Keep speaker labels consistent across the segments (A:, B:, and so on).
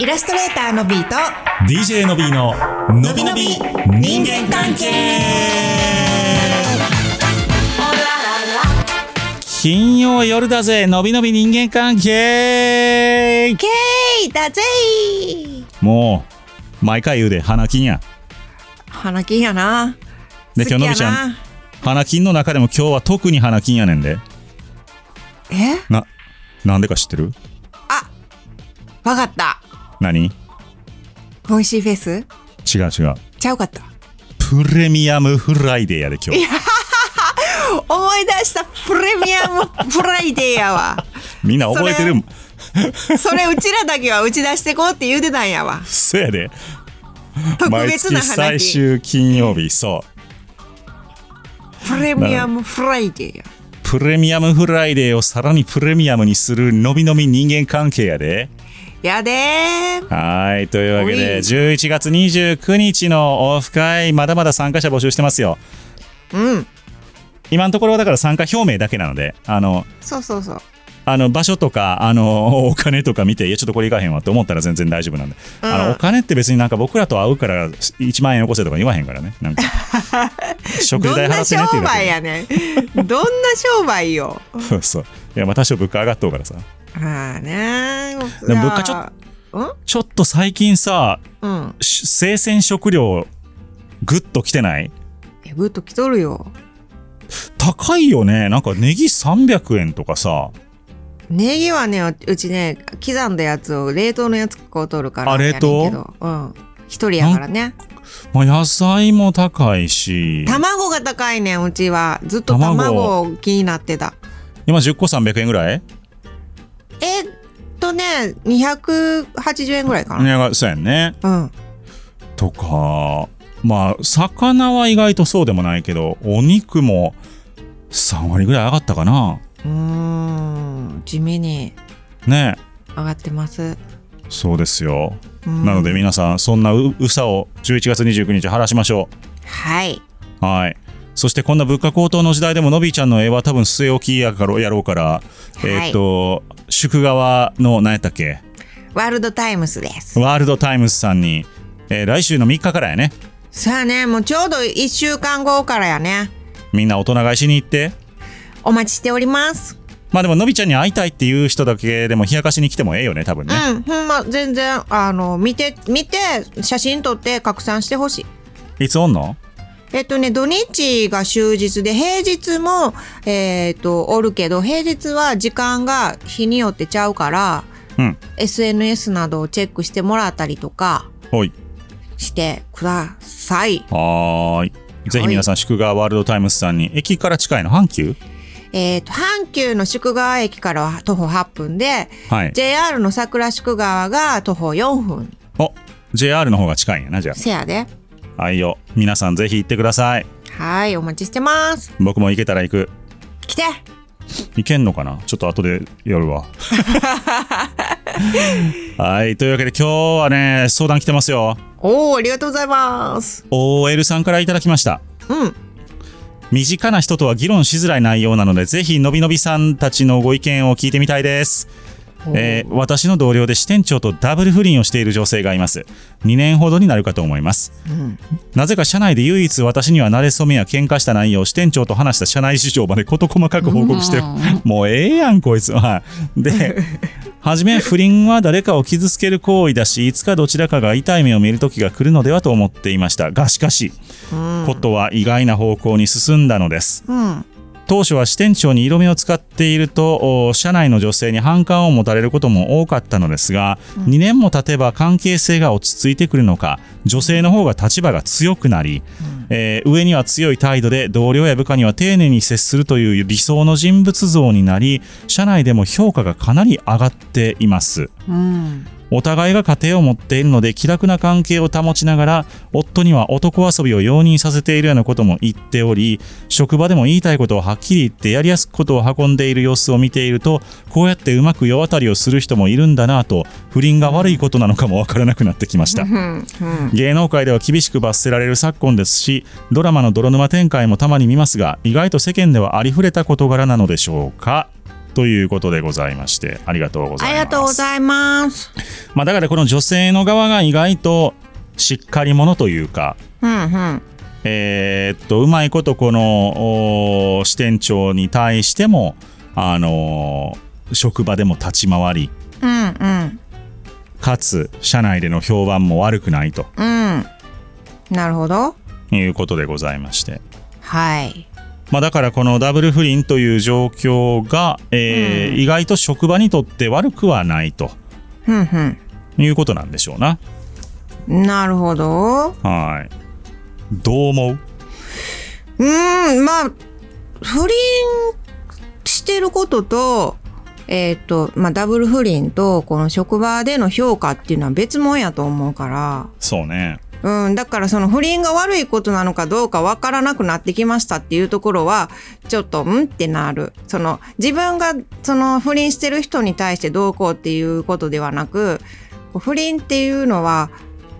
A: イラストレーターのビーと
B: DJ のびーののびのび人間関係金曜夜だぜのびのび人間関係
A: ケイだぜい
B: もう毎回言うで花金や
A: 花金やな
B: で
A: 好きや
B: 今日のびちゃん花金の中でも今日は特に花金やねんで
A: え
B: ななんでか知ってる
A: あわかった
B: 何違う
A: 美味しいフェス
B: 違う
A: ちゃうかった
B: プレミアムフライデーやで今日
A: 思い出したプレミア ムフライデーやわ
B: みんな覚えてるもん
A: それうちらだけは打ち出してこうって言うてたんやわ
B: そやで
A: 特
B: 毎
A: 別
B: 月
A: な花
B: 最
A: 金
B: 終金曜日そう
A: プレミアムフライデーや
B: プレミアムフライデーをさらにプレミアムにするのびのび人間関係やで。
A: やでー
B: はーい。というわけ
A: お
B: で、
A: い
B: 11月29日のオフ会、まだまだ参加者募集してますよ。
A: うん
B: 今のところはだから参加表明だけなので、あの、
A: そうそうそう
B: あの場所とか、あの、お金とか見て、いや、ちょっとこれいかへんわと思ったら全然大丈夫なんで。
A: うん
B: あの、お金って別になんか僕らと会うから1万円よこせとか言わへんからね。 なんか食事
A: どん
B: 代払
A: な
B: って
A: 商
B: ねって言うだけ
A: 売やねんどんな商売よ
B: そうそう。いや、まあ多少物価上がっとうからさ。
A: ああね
B: でも物価ちょっ
A: と
B: ちょっと最近さ、
A: うんうん
B: し生鮮食料グッと来てない
A: えぐっときとるよ
B: 高いよねなんかネギ300円とかさ
A: ネギはねうちね刻んだやつを冷凍のやつこうとるから
B: あ冷
A: や
B: 凍
A: ねんけどうん一人やからね
B: まあ野菜も高いし
A: 卵が高いねんうちはずっと
B: 卵
A: 卵気になってた
B: 今10個300円ぐらい
A: えっとね280円ぐらいかな、
B: 値上がりそうやんね
A: うん
B: とかまあ魚は意外とそうでもないけどお肉も3割ぐらい上がったかな
A: うーん地味に
B: ね
A: 上がってます、
B: そうですよ、
A: うん
B: なので皆さんそんなううさを11月29日晴らしましょ
A: はい、
B: うはいそしてこんな物価高騰の時代でものびーちゃんの絵は多分据え置きやからやろうから
A: は
B: え
A: い
B: っ、と、祝賀はの、何やったっけ、
A: ワールドタイムスです
B: ワールドタイムズさんに、えー来週の3日からやね、
A: さあねもうちょうど1週間後からやね
B: みんな大人買いしに行って、
A: お待ちしております
B: まあでも、のびちゃんに会いたいっていう人だけでも、冷やかしに来てもええよね、多分ね。
A: うんほんま全然あの見て見て写真撮って拡散してほしい
B: いつおんの
A: えっとね、土日が終日で、平日も、えっと、おるけど、平日は時間が日によってちゃうから、
B: うん。
A: SNS などをチェックしてもらったりとか
B: ほい。
A: してください。
B: はーい。ぜひ皆さん、祝賀ワールドタイムズさんに、駅から近いの、阪急
A: えっと、阪急の宿川駅からは徒歩8分で、
B: はい。
A: JR の桜宿川が徒歩4分。
B: お JR の方が近いんやな、じゃ
A: せやで。
B: あ。はいよ。皆さん、ぜひ行ってください。
A: はい、お待ちしてます。
B: 僕も行けたら行く。
A: 来て
B: いけんのかなちょっと後でやるわ。はい。というわけで今日はね、相談来てますよ。
A: おー、ありがとうございます。
B: OL さんからいただきました。
A: うん。
B: 身近な人とは議論しづらい内容なので、ぜひのびのびさんたちのご意見を聞いてみたいです。えー私の同僚で支店長とダブル不倫をしている女性がいます。2年ほどになるかと思います。
A: うん
B: なぜか社内で唯一私には慣れ初めや喧嘩した内容、支店長と話した社内事情まで事細かく報告して、 もうええやん、こいつは。で、 はじめ不倫は誰かを傷つける行為だし、いつかどちらかが痛い目を見る時が来るのではと思っていました。が、しかし、ことは意外な方向に進んだのです。
A: うん。
B: 当初は支店長に色目を使っているとお社内の女性に反感を持たれることも多かったのですが、2年も経てば関係性が落ち着いてくるのか女性の方が立場が強くなり、えー上には強い態度で同僚や部下には丁寧に接するという理想の人物像になり社内でも評価がかなり上がっています。
A: うん。
B: お互いが家庭を持っているので気楽な関係を保ちながら夫には男遊びを容認させているようなことも言っており職場でも言いたいことをはっきり言ってやりやすくことを運んでいる様子を見ているとこうやってうまく世渡りをする人もいるんだなぁと不倫が悪いことなのかもわからなくなってきました
A: うん。うん。
B: 芸能界では厳しく罰せられる昨今ですしドラマの泥沼展開もたまに見ますが意外と世間ではありふれた事柄なのでしょうかということでございまして、ありがとうござい
A: あ
B: ます。
A: りがとうございます。
B: まあ、だからこの女性の側が意外としっかり者というか、
A: うんうん。
B: えーっとうまいことこのおー支店長に対しても、あのー職場でも立ち回り
A: うんうん。
B: かつ社内での評判も悪くないと
A: うん。なるほど。
B: いうことでございまして、
A: はい。
B: まあ、だからこのダブル不倫という状況が、えー意外と職場にとって悪くはないと
A: ふんふん。
B: いうことなんでしょうな。
A: なるほど。
B: はいどう思う
A: うーん、まあ、不倫してることと、えっ、と、まあ、ダブル不倫と、この職場での評価っていうのは別もんやと思うか
B: そうね。
A: ら、うん、だからその不倫が悪いことなのかどうかわからなくなってきましたっていうところは、ちょっと、うんってなる。その、自分が、その不倫してる人に対してどうこうっていうことではなく、こう不倫っていうのは、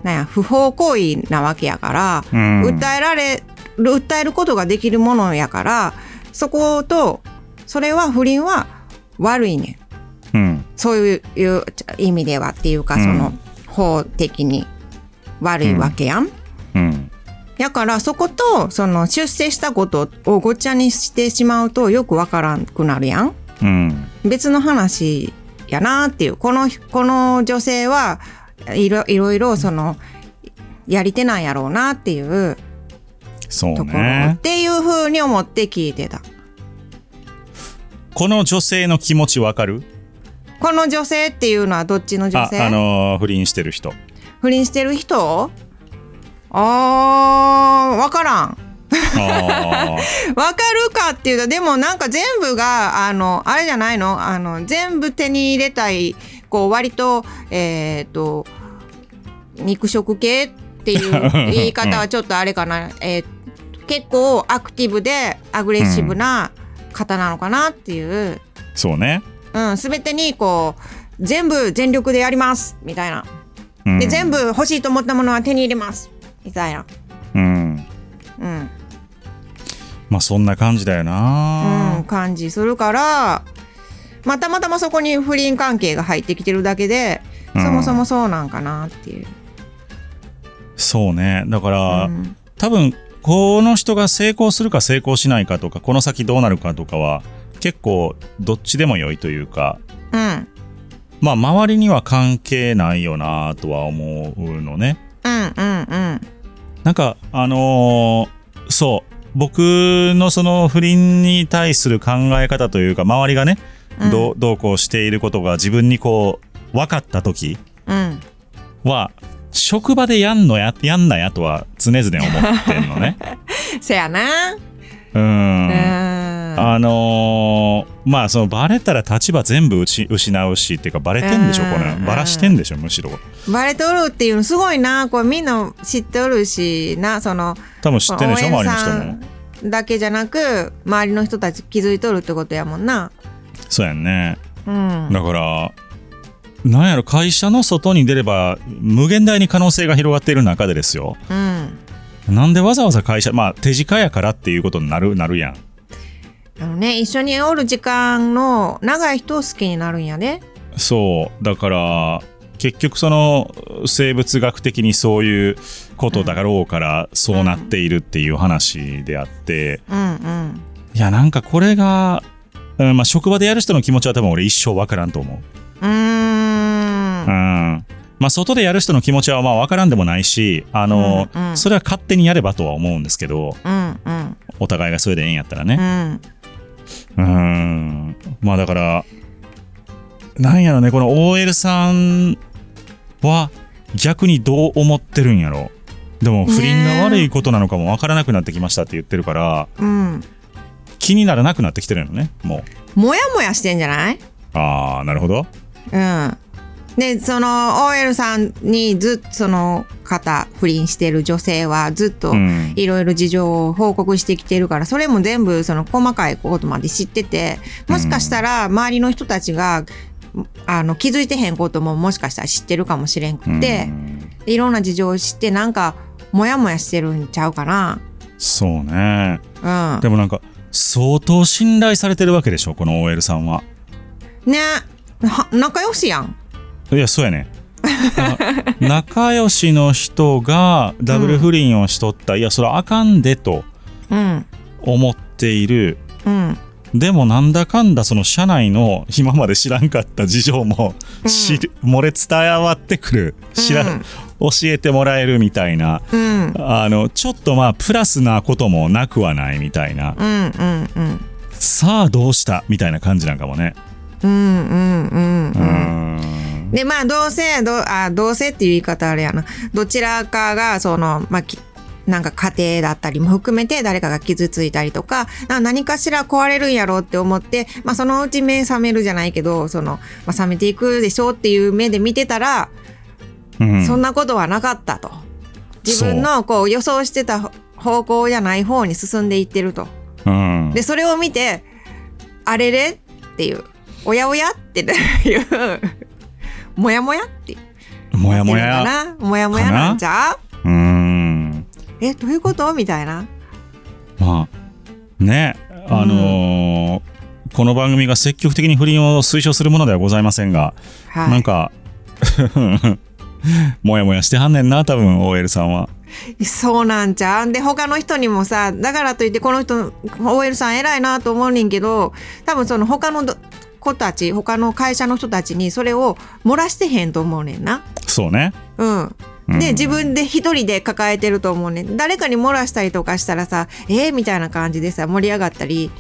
A: なんや、不法行為なわけやから、
B: うん、
A: 訴えられる訴えることができるものやからそことそれは不倫は悪いねん
B: うん
A: そういういう意味ではっていうか、
B: うん
A: その法的に悪いわけやん。
B: うん
A: だからそことその出世したことをごっちゃにしてしまうとよくわからんくなるやん。
B: うん
A: 別の話やなっていうこのこの女性はいろいろいろそのやり手なんやろうなっていう
B: そう
A: ところ、っ
B: ね。
A: ていうふうに思って聞いてた。
B: この女性の気持ちわかる
A: この女性っていうのはどっちの女
B: あ、
A: 性、
B: あのー不倫して る人。
A: 不倫してる人あー、わからん。
B: あー
A: わかるかっていうと、でもなんか全部が、あの、あれじゃないのあの、全部手に入れたい、こう、割と、えっ、と、肉食系っていう 言い方はちょっとあれかな。えー結構アクティブでアグレッシブな方なのかなっていう。
B: そうね。
A: うん、全てにこう全部全力でやりますみたいな
B: うん
A: で、全部欲しいと思ったものは手に入れますみたいな、
B: うん。
A: うん
B: まあそんな感じだよ
A: うん、
B: な。
A: 感じするから、まあ、たまたまそこに不倫関係が入ってきてるだけで
B: うん
A: そもそもそうなんかなっていう、
B: そうね。だか
A: う
B: ら、
A: ん
B: 多分この人が成功するか成功しないかとか、この先どうなるかとかは結構どっちでも良いというか、
A: うん
B: まあ周りには関係ないよなとは思うのね。
A: うんうんうん
B: なんかあのーそう僕のその不倫に対する考え方というか周りがね、
A: うん
B: どうどうこうしていることが自分にこう分かった時
A: うん
B: は職場でやんのややんなやとは常々思ってんの ね。
A: せやな
B: う
A: うんん
B: あのーまあそのバレたら立場全部うち失うしっていうかバレてんでしょ
A: うん
B: これバラしてんでしょむしろ
A: バレとるっていうのすごいなこれみんな知っておるしなその
B: 多分知ってんでしょ周
A: 応
B: り
A: 援
B: の人
A: さ
B: も
A: んだけじゃなく周りの人たち気づいとるってことやもんな
B: そうやんね
A: うん
B: だから、なんやろ、会社の外に出れば、無限大に可能性が広がっている中でですよ。
A: うん
B: なんでわざわざ会社、まあ、手近やからっていうことになる、なるやん。
A: あのね一緒におる時間の長い人を好きになるんやね
B: そう。だから、結局その生物学的にそういうことだろうからそうなっているっていう話であって、
A: うんうん
B: いやなんかこれが、うんまあ、職場でやる人の気持ちは多分俺一生わからんと思う。
A: うー
B: うんんまあ、外でやる人の気持ちはまあ分からんでもないし、あの
A: うんうん
B: それは勝手にやればとは思うんですけど
A: うんうん
B: お互いがそれでええんやったら
A: う
B: ね
A: ん
B: うんまあだからなんやろねこの OL さんは逆にどう思ってるんやろで
A: ね
B: も
A: え
B: 不倫が悪いことなのかも分からなくなってきましたって言ってるから
A: うん
B: 気にならなくなってきてるのねもう
A: もやもやしてんじゃない
B: ああなるほど
A: うんでその OL さんにずっとその方不倫してる女性はずっと
B: うん
A: いろいろ事情を報告してきてるからそれも全部その細かいことまで知っててもしかしたら周りの人たちがあの気づいてへんことももしかしたら知ってるかもしれんくて
B: うん
A: いろんな事情を知ってなんかモヤモヤしてるんちゃうかな。
B: そうね
A: うん、
B: でもなんか相当信頼されてるわけでしょこの OL さんは
A: ねは仲良しやん
B: いやそうやねあ 仲良しの人がダブル不倫をしとった、いやそれあかんでと
A: うん
B: 思っている
A: うん
B: でもなんだかんだその社内の今まで知らんかった事情も
A: うん
B: 知る、漏れ伝わってくる知ら、
A: うん
B: 教えてもらえるみたいな
A: うん
B: あのちょっとまあプラスなこともなくはないみたいな
A: うんうんうん
B: さあどうしたみたいな感じなんかもね
A: うんうんうん
B: う
A: う
B: ー
A: ん
B: ん
A: でまあどうせどうあどうせっていう言い方あれやなどちらかがそのまあきなんか家庭だったりも含めて誰かが傷ついたりとかな何かしら壊れるんやろうって思って、まあ、そのうち目覚めるじゃないけどその、まあ、覚めていくでしょうっていう目で見てたら、
B: うん
A: そんなことはなかったと自分のこう予想してた方方向じゃない方に進んでいってると
B: うん
A: でそれを見てあれれっていうおやおやっていうもやもやっていう
B: もやも
A: か
B: や
A: なもやもやなんじゃう
B: うーん
A: えどういうことみたいな
B: まあねあのーこの番組が積極的に不倫を推奨するものではございませんが、
A: はい
B: なんかもやもやしてはんねんな多分 OL さんは
A: そうなんじゃんで他の人にもさだからといってこの人 OL さん偉いなと思うねんけど多分その他のど子たち他の会社の人たちにそれを漏らしてへんと思うねんな
B: そうね
A: うん
B: うん
A: で自分で一人で抱えてると思うねん誰かに漏らしたりとかしたらさえー、みたいな感じでさ盛り上がったり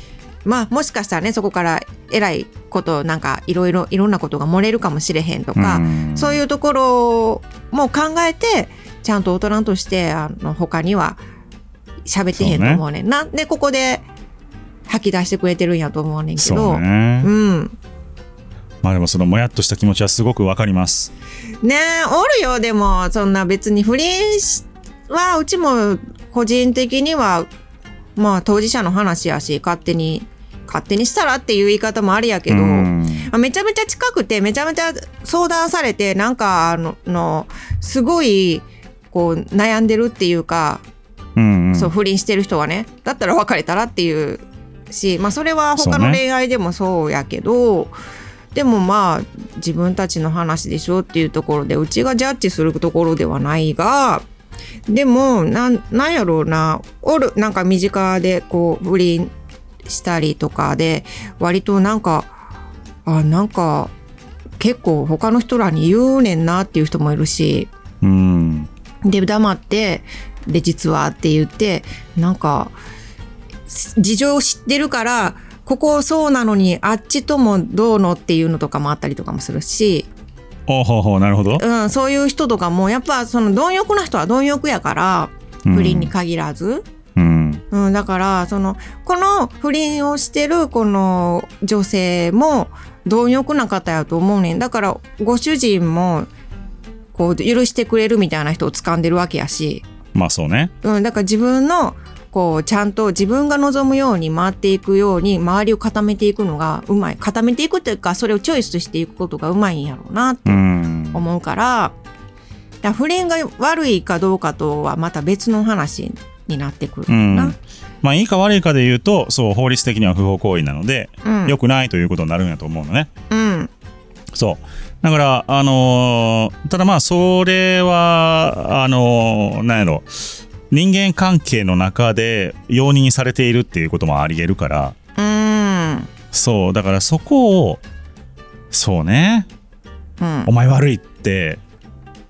A: まあもしかしたらねそこからえらいことなんかいろいろいろんなことが漏れるかもしれへんとか、そういうところも考えてちゃんと大人としてあの他には喋ってへんと思うねんな。でここで吐き出してくれてるんやと思うねんけ
B: そ
A: ど。
B: うね
A: うん、
B: まあでもそのもやっとした気持ちはすごくわかります
A: ねえおるよでもそんな別に不倫しはうちも個人的にはまあ当事者の話やし勝手に勝手にしたらっていう言い方もありやけど。
B: うん
A: あめちゃめちゃ近くてめちゃめちゃ相談されてなんかあののすごいこう悩んでるっていうか、
B: うんうん
A: そう不倫してる人はねだったら別れたらっていうし、まあ、それは他
B: そう
A: の
B: ね
A: 恋愛でもそうやけど、でもまあ自分たちの話でしょっていうところでうちがジャッジするところではないが。でもなんなんやろうなおるなんか身近でこう不倫したりとかで割となんかあなんか結構他の人らに言うねんなっていう人もいるし
B: うん
A: で黙ってで実はって言ってなんか事情を知ってるからここそうなのにあっちともどうのっていうのとかもあったりとかもするし、
B: おうほうほうなるほど
A: うん、そういう人とかもやっぱその貪欲な人は貪欲やから不倫に限らず。
B: うん
A: うん、だからそのこの不倫をしてるこの女性も貪欲な方やと思うねんだからご主人もこう許してくれるみたいな人を掴んでるわけやし、
B: まあそうね
A: うん、だから自分のこうちゃんと自分が望むように回っていくように周りを固めていくのがうまい固めていくというかそれをチョイスしていくことがうまいんやろうなって
B: うん
A: 思うから,、だから不倫が悪いかどうかとはまた別の話になってくる
B: う
A: な。
B: んまあいいか悪いかで言うとそう法律的には不法行為なので
A: うん
B: 良くないということになるんやと思うのね
A: うん
B: そうだからあのーただまあそれはあのーなんやろ人間関係の中で容認されているっていうこともありえるから
A: うん。
B: そうだからそこをそうね
A: うん
B: お前悪いって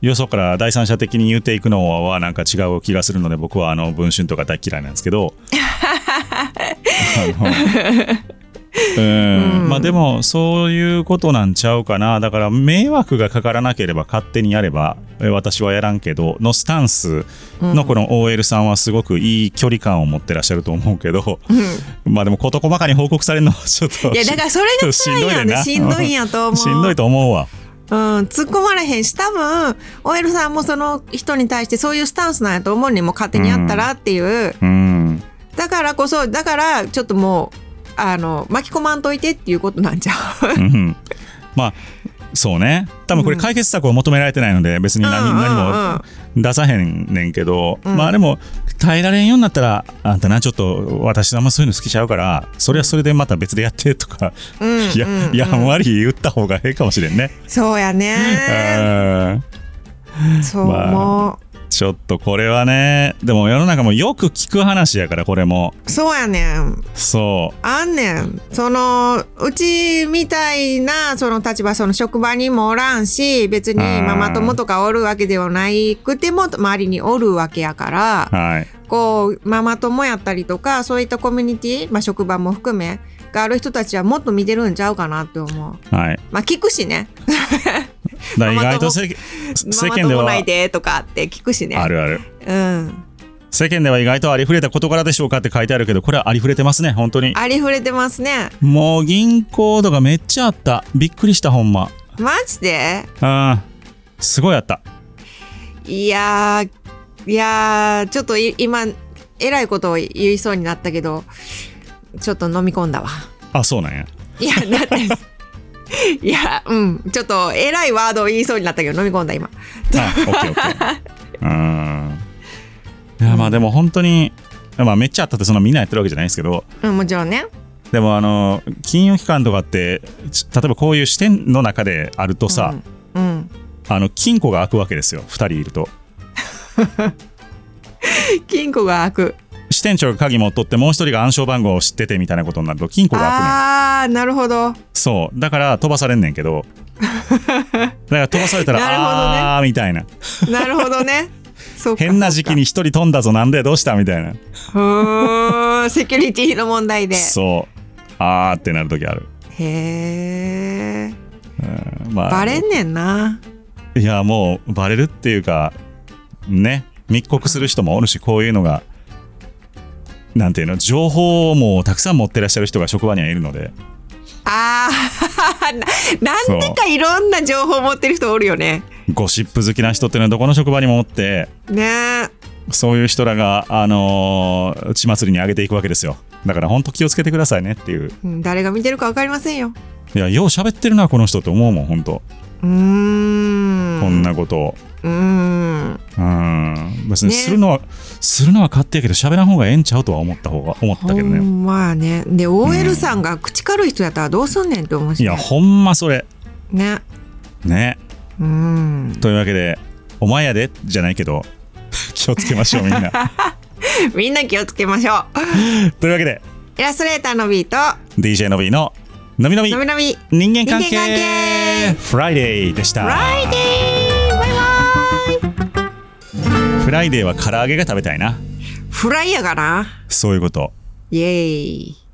B: よそから第三者的に言っていくのはなんか違う気がするので僕はあの文春とか大嫌いなんです けどあのうん
A: うん
B: まあでもそういうことなんちゃうかなだから迷惑がかからなければ勝手にやればえ私はやらんけどのスタンスのこの OL さんはすごくいい距離感を持ってらっしゃると思うけど、 まあでも事細かに報告されるのはちょっと
A: いやだからそれが辛いやんね
B: し
A: し
B: ん
A: ん
B: どいねんな
A: どいんやと思う。
B: しんどいと思うわ。
A: うん、突っ込まれへんし、多分、OL さんもその人に対してそういうスタンスなんやと思うにもう勝手にやったらっていう。
B: うん
A: だからこそ、だからちょっともう、あの、巻き込まんといてっていうことなんじゃう。
B: うんまあそうね多分これ解決策を求められてないので別に何,、
A: うんうんうん
B: 何も出さへんねんけど、まあでも耐えられんようになったらあんたなちょっと私あんまそういうの好きちゃうからそれはそれでまた別でやってとか、
A: うん
B: いや,、
A: うん
B: やんわり言った方がええかもしれんね、
A: そうやね
B: うん
A: そう思う、
B: まちょっとこれはねでも世の中もよく聞く話やからこれも
A: そうやねん
B: そ
A: あんねんそのうちみたいなその立場その職場にもおらんし別に
B: うん
A: ママ友とかおるわけではないくても周りにおるわけやから
B: うはい
A: こうママ友やったりとかそういったコミュニティ、まあ、職場も含めがある人たちはもっと見てるんちゃうかなって思う
B: はい
A: まあ聞くしね
B: だから意外と
A: ママ友
B: 世
A: ママ
B: 世間で
A: 友ない
B: は
A: でとかって聞くしね
B: あるある
A: うん
B: 世間では意外とありふれた事柄でしょうかって書いてあるけどこれはありふれてますね本当に
A: ありふれてますね
B: もう銀行とかめっちゃあったびっくりしたほんま
A: マジで
B: あーすごいあった
A: いやーいやーちょっとい今えらいことを言いそうになったけどちょっと飲み込んだわ
B: あそ うなんや
A: いやだって いやうんちょっとえらいワードを言いそうになったけど飲み込んだ今
B: あオッケーオッケーうーんいやまあでも本当にまあめっちゃあったってそんなみんなやってるわけじゃないですけど
A: うんもちろんね
B: でもあの金融機関とかってち例えばこういう視点の中であるとさ、
A: うん、うん
B: あの金庫が開くわけですよ2人いると
A: 金庫が開く
B: 支店長が鍵持っとってもう1人が暗証番号を知っててみたいなことになると金庫が開くねん
A: あーなるほど
B: そうだから飛ばされんねんけ どだから飛ばされたら、
A: なるほどね
B: あーみたいな
A: なるほど ねそっか
B: 変な時期に1人飛んだぞなんでどうしたみたい
A: そ
B: な
A: っかうーんセキュリティの問題で
B: そうあーってなる時ある、
A: へえ
B: うんまあ、
A: バレんねんない
B: やもうバレるっていうかね密告する人もおるしこういうのがなんていうの情報をもうたくさん持ってらっしゃる人が職場にはいるので
A: あー ななんでかいろんな情報持ってる人おるよね。
B: ゴシップ好きな人っていうのはどこの職場にもおって
A: ねえ
B: そういう人らがあのー、血祭りに上げていくわけですよだからほんと気をつけてくださいねっていう
A: うん誰が見てるか分かりませんよ。
B: いやよう喋ってるなこの人って思うもんほんと
A: うーん
B: こんなことを
A: うーん
B: うん別に
A: ね
B: するのは、するのは勝手やけど喋らん方がええんちゃうとは思った方が思った
A: ほ
B: けどね
A: んまやねで OL さんが口軽い人やったらどうすんねんって思うし
B: い
A: ね
B: やほんまそれ
A: ね
B: ね
A: うーん
B: というわけで「お前やで」じゃないけど 気をつけましょうみん な。
A: みんな気をつけましょう
B: というわけで
A: イラストレーターのビート
B: DJ のびーの「のびのび
A: のびのびフ
B: 人間関
A: 人間
B: 係
A: 関係
B: フライデー」でした。
A: ライデーバイバイ
B: フライデーは唐揚げが食べたいな
A: フライやがな
B: そういうこと。
A: イエーイ